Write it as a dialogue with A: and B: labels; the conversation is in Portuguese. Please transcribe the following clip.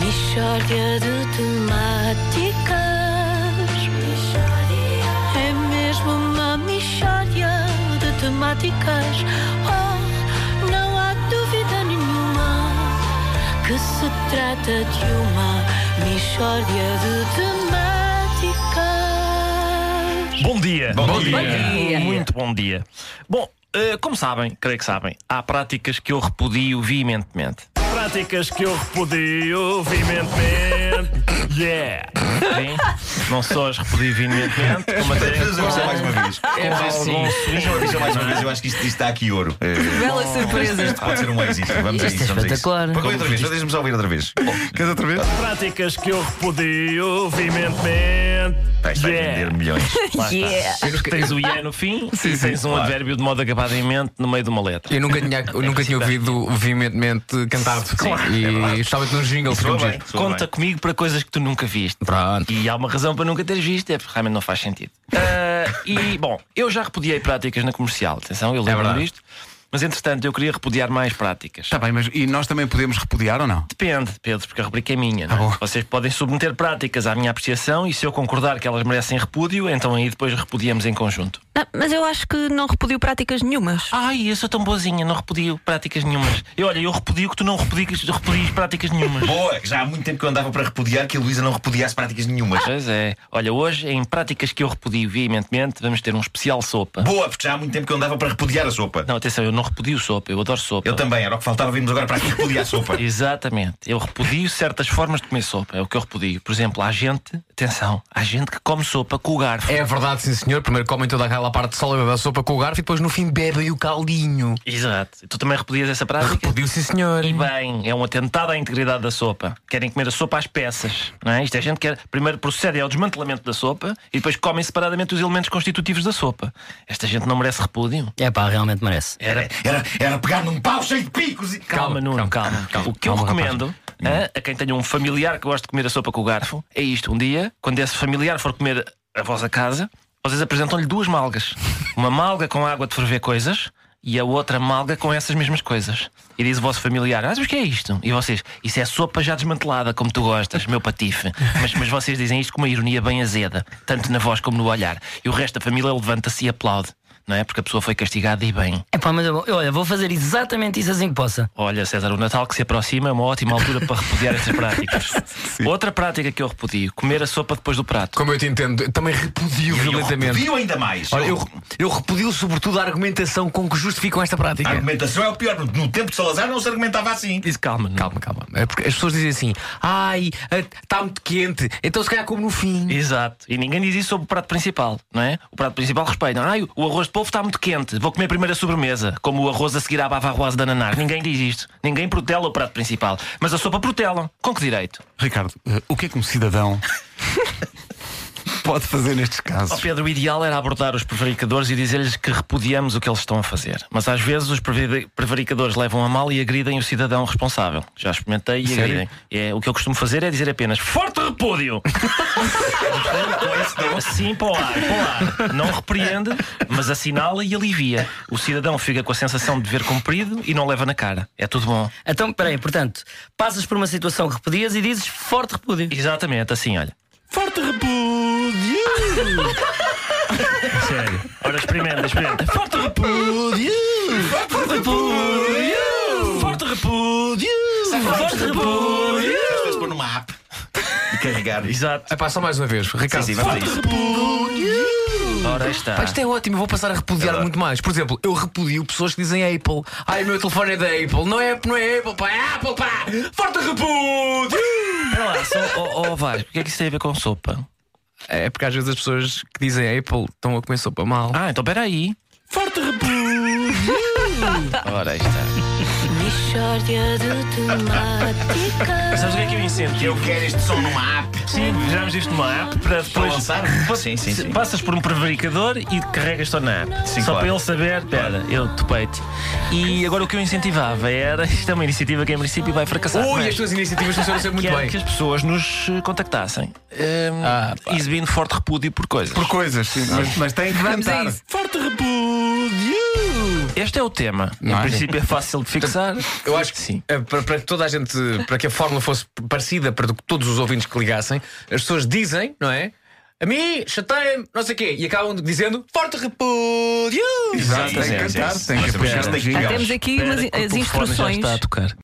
A: Michórdia de temáticas. É mesmo uma michórdia de temáticas. Oh, não há dúvida nenhuma que se trata de uma michórdia de temáticas.
B: Bom dia.
C: Bom Bom dia. dia.
B: Muito bom dia. Bom, eh, como sabem, creio que sabem, há práticas que eu repudio veementemente.
D: Práticas que eu repudio veementemente. Yeah!
B: Sim? Não só as repudio veementemente, como até
C: Vamos dizer mais uma vez.
D: assim.
B: algum
C: Vejam vejam mais uma vez, eu acho que isto, isto está aqui ouro. Eh,
E: Bela surpresa.
C: isto pode ser um êxito. Vamos a
E: Isto é
C: isso. Vamos a isso.
E: espetacular.
C: Põe outra vez, deixa-me só ouvir outra vez. Queres outra vez?
D: Práticas que eu repudio veementemente.
B: Tá,
C: Vais vai vender milhões.
E: Yeah.
B: Tens o IE no fim e tens um
C: claro.
B: advérbio de modo acabado em mente no meio de uma letra.
F: Eu nunca tinha, eu nunca tinha ouvido veementemente cantado.
C: É
F: e estava num um jingle,
C: Soa
F: ficou
C: bem,
F: giro.
C: soa
B: Conta
C: bem.
B: comigo para coisas que tu nunca viste.
F: Pronto.
B: E há uma razão para nunca teres visto, é porque realmente não faz sentido. Ah, e, bom, eu já repudiei práticas na comercial, atenção, eu lembro-me
F: verdade.
B: disto. Mas, entretanto, eu queria repudiar mais práticas.
G: Está Tá bem, mas e nós também podemos repudiar ou não?
B: Depende, Pedro, porque a rubrica é minha. não é?
G: bom.
B: Vocês podem submeter práticas à minha apreciação e se eu concordar que elas merecem repúdio, então aí depois repudiamos em conjunto.
E: Ah, Mas eu acho que não repudiu práticas nenhumas.
B: Ai, eu sou tão boazinha, não repudio práticas nenhumas. Eu, olha, eu repudio que tu não repudias, repudias práticas nenhumas.
C: Boa, já há muito tempo que eu andava para repudiar que a Luísa não repudiasse práticas nenhumas.
B: Pois é. Olha, hoje, em práticas que eu repudio veementemente, vamos ter um especial sopa.
C: Boa, porque já há muito tempo que eu andava para repudiar a sopa.
B: Não, atenção, eu não repudio sopa, eu adoro sopa.
C: Eu também, era o que faltava, vimos agora para aqui repudiar a sopa.
B: Exatamente. Eu repudio certas formas de comer sopa. É o que eu repudio. Por exemplo, há gente, atenção, há gente que come sopa com o garfo.
F: É verdade, sim senhor. Primeiro comem toda aquela parte sólida da sopa com o garfo e depois no fim bebem o caldinho.
B: Exato. Tu também repudias essa prática?
F: Repudiu, sim senhor.
B: E bem, é um atentado à integridade da sopa. Querem comer a sopa às peças. Não é? Isto é gente que quer- primeiro procede ao desmantelamento da sopa e depois comem separadamente os elementos constitutivos da sopa. Esta gente não merece repúdio.
H: É pá, realmente merece.
C: Era, era, era pegar num pau cheio de picos e.
B: Calma, Nuno, calma. O que eu
F: calma,
B: recomendo hã, a quem tenha um familiar que gosta de comer a sopa com o garfo é isto. Um dia, quando esse familiar for comer a vossa casa, vocês apresentam-lhe duas malgas. Uma malga com água de ferver coisas e a outra malga com essas mesmas coisas. E diz o vosso familiar: Ah, mas o que é isto? E vocês: Isso é sopa já desmantelada, como tu gostas, meu patife. Mas, mas vocês dizem isto com uma ironia bem azeda, tanto na voz como no olhar. E o resto da família levanta-se e aplaude. Não é? Porque a pessoa foi castigada e bem.
H: É pá, mas eu, eu, olha, vou fazer exatamente isso assim que possa.
B: Olha, César, o Natal que se aproxima é uma ótima altura para repudiar estas práticas. Outra prática que eu repudio: comer a sopa depois do prato.
F: Como eu te entendo, também repudio violentamente.
C: Viu ainda mais.
F: Olha, eu, eu repudio sobretudo a argumentação com que justificam esta
C: A
F: prática.
C: argumentação é o pior. No- No tempo de Salazar não se argumentava assim.
B: Isso calma, não.
F: Calma, calma. É porque as pessoas dizem assim: ai, está muito quente, então se calhar como no fim.
B: Exato. E ninguém diz isso sobre o prato principal, não é? O prato principal respeita. Ai, o arroz de polvo está muito quente. Vou comer primeiro a sobremesa, como o arroz a seguir à bava arroz de ananás. Ninguém diz isto. Ninguém protela o prato principal. Mas a sopa protelam. Com que direito?
G: Ricardo, eh, o que é que um cidadão pode fazer nestes
B: Ó
G: casos?
B: Pedro, o ideal era abordar os prevaricadores e dizer-lhes que repudiamos o que eles estão a fazer. Mas às vezes os prevari- prevaricadores levam a mal e agridem o cidadão responsável. Já experimentei e
G: Sério?
B: agridem. É, o que eu costumo fazer é dizer apenas forte repúdio! assim para o ar, para o ar. Não repreende, mas assinala e alivia. O cidadão fica com a sensação de dever cumprido e não leva na cara. É tudo bom.
H: Então, peraí, portanto, passas por uma situação que repudias e dizes forte repúdio.
B: Exatamente, assim, olha.
D: Forte repúdio.
B: Sério. Ora, experimenta, experimenta.
D: Forte repúdio. Forte repúdio. Forte repúdio. Forte repúdio.
C: As pessoas pôr numa app e carregar.
B: Exato.
F: Epá, só mais uma vez,
C: Sim,
F: Ricardo.
C: sim, vamos a isso.
B: Ora aí
F: Pá,
B: está.
F: isto é ótimo, eu vou passar a repudiar muito mais. Por exemplo, eu repudio pessoas que dizem Apple. Ai, o meu telefone é da Apple. Não é, não é Apple, pá, é Apple, pá. Forte repúdio!
B: Espera lá, só, oh, Vasco, o que é que isso tem a ver com sopa?
F: É porque às vezes as pessoas que dizem Apple estão a comer sopa mal.
B: Ah, então peraí.
D: Forte repúdio.
B: Ora, aí está.
A: Michórdia de temáticas.
B: Sabes o que é que eu incentivo?
C: Eu quero este som numa app.
B: Sim, fizemos isto numa app para
C: Para
B: depois.
C: lançar? Sim, sim, sim.
B: Passas por um prevaricador e carregas só na app.
C: Sim,
B: só
C: claro.
B: para ele saber, pera, eu topei-te. E agora o que eu incentivava era. Isto é uma iniciativa que em princípio vai fracassar.
F: Ui,
B: mas
F: as tuas iniciativas funcionam sempre
B: que
F: muito
B: era
F: bem.
B: que as pessoas nos eh, contactassem, ehm, exibindo forte repúdio por coisas.
G: Por coisas, sim, mas, mas têm que
E: Vamos a
G: cantar.
E: isso.
D: Forte repúdio.
B: Este é o tema.
G: Não
B: em
G: é?
B: princípio é fácil de fixar.
F: Eu acho que
B: sim.
F: eh, Para, para que toda a gente, para que a fórmula fosse parecida para que todos os ouvintes que ligassem, as pessoas dizem, não é? A mim, chateia-me, não sei o quê. E acabam dizendo forte repúdio.
G: Tem que
B: Exatamente.
G: cantar, tem que
C: Mas também
G: puxar
C: já
G: daqui.
C: está
E: Já temos aqui umas-
B: Espera que o
E: as
B: telefone já
E: instruções.
B: está a tocar.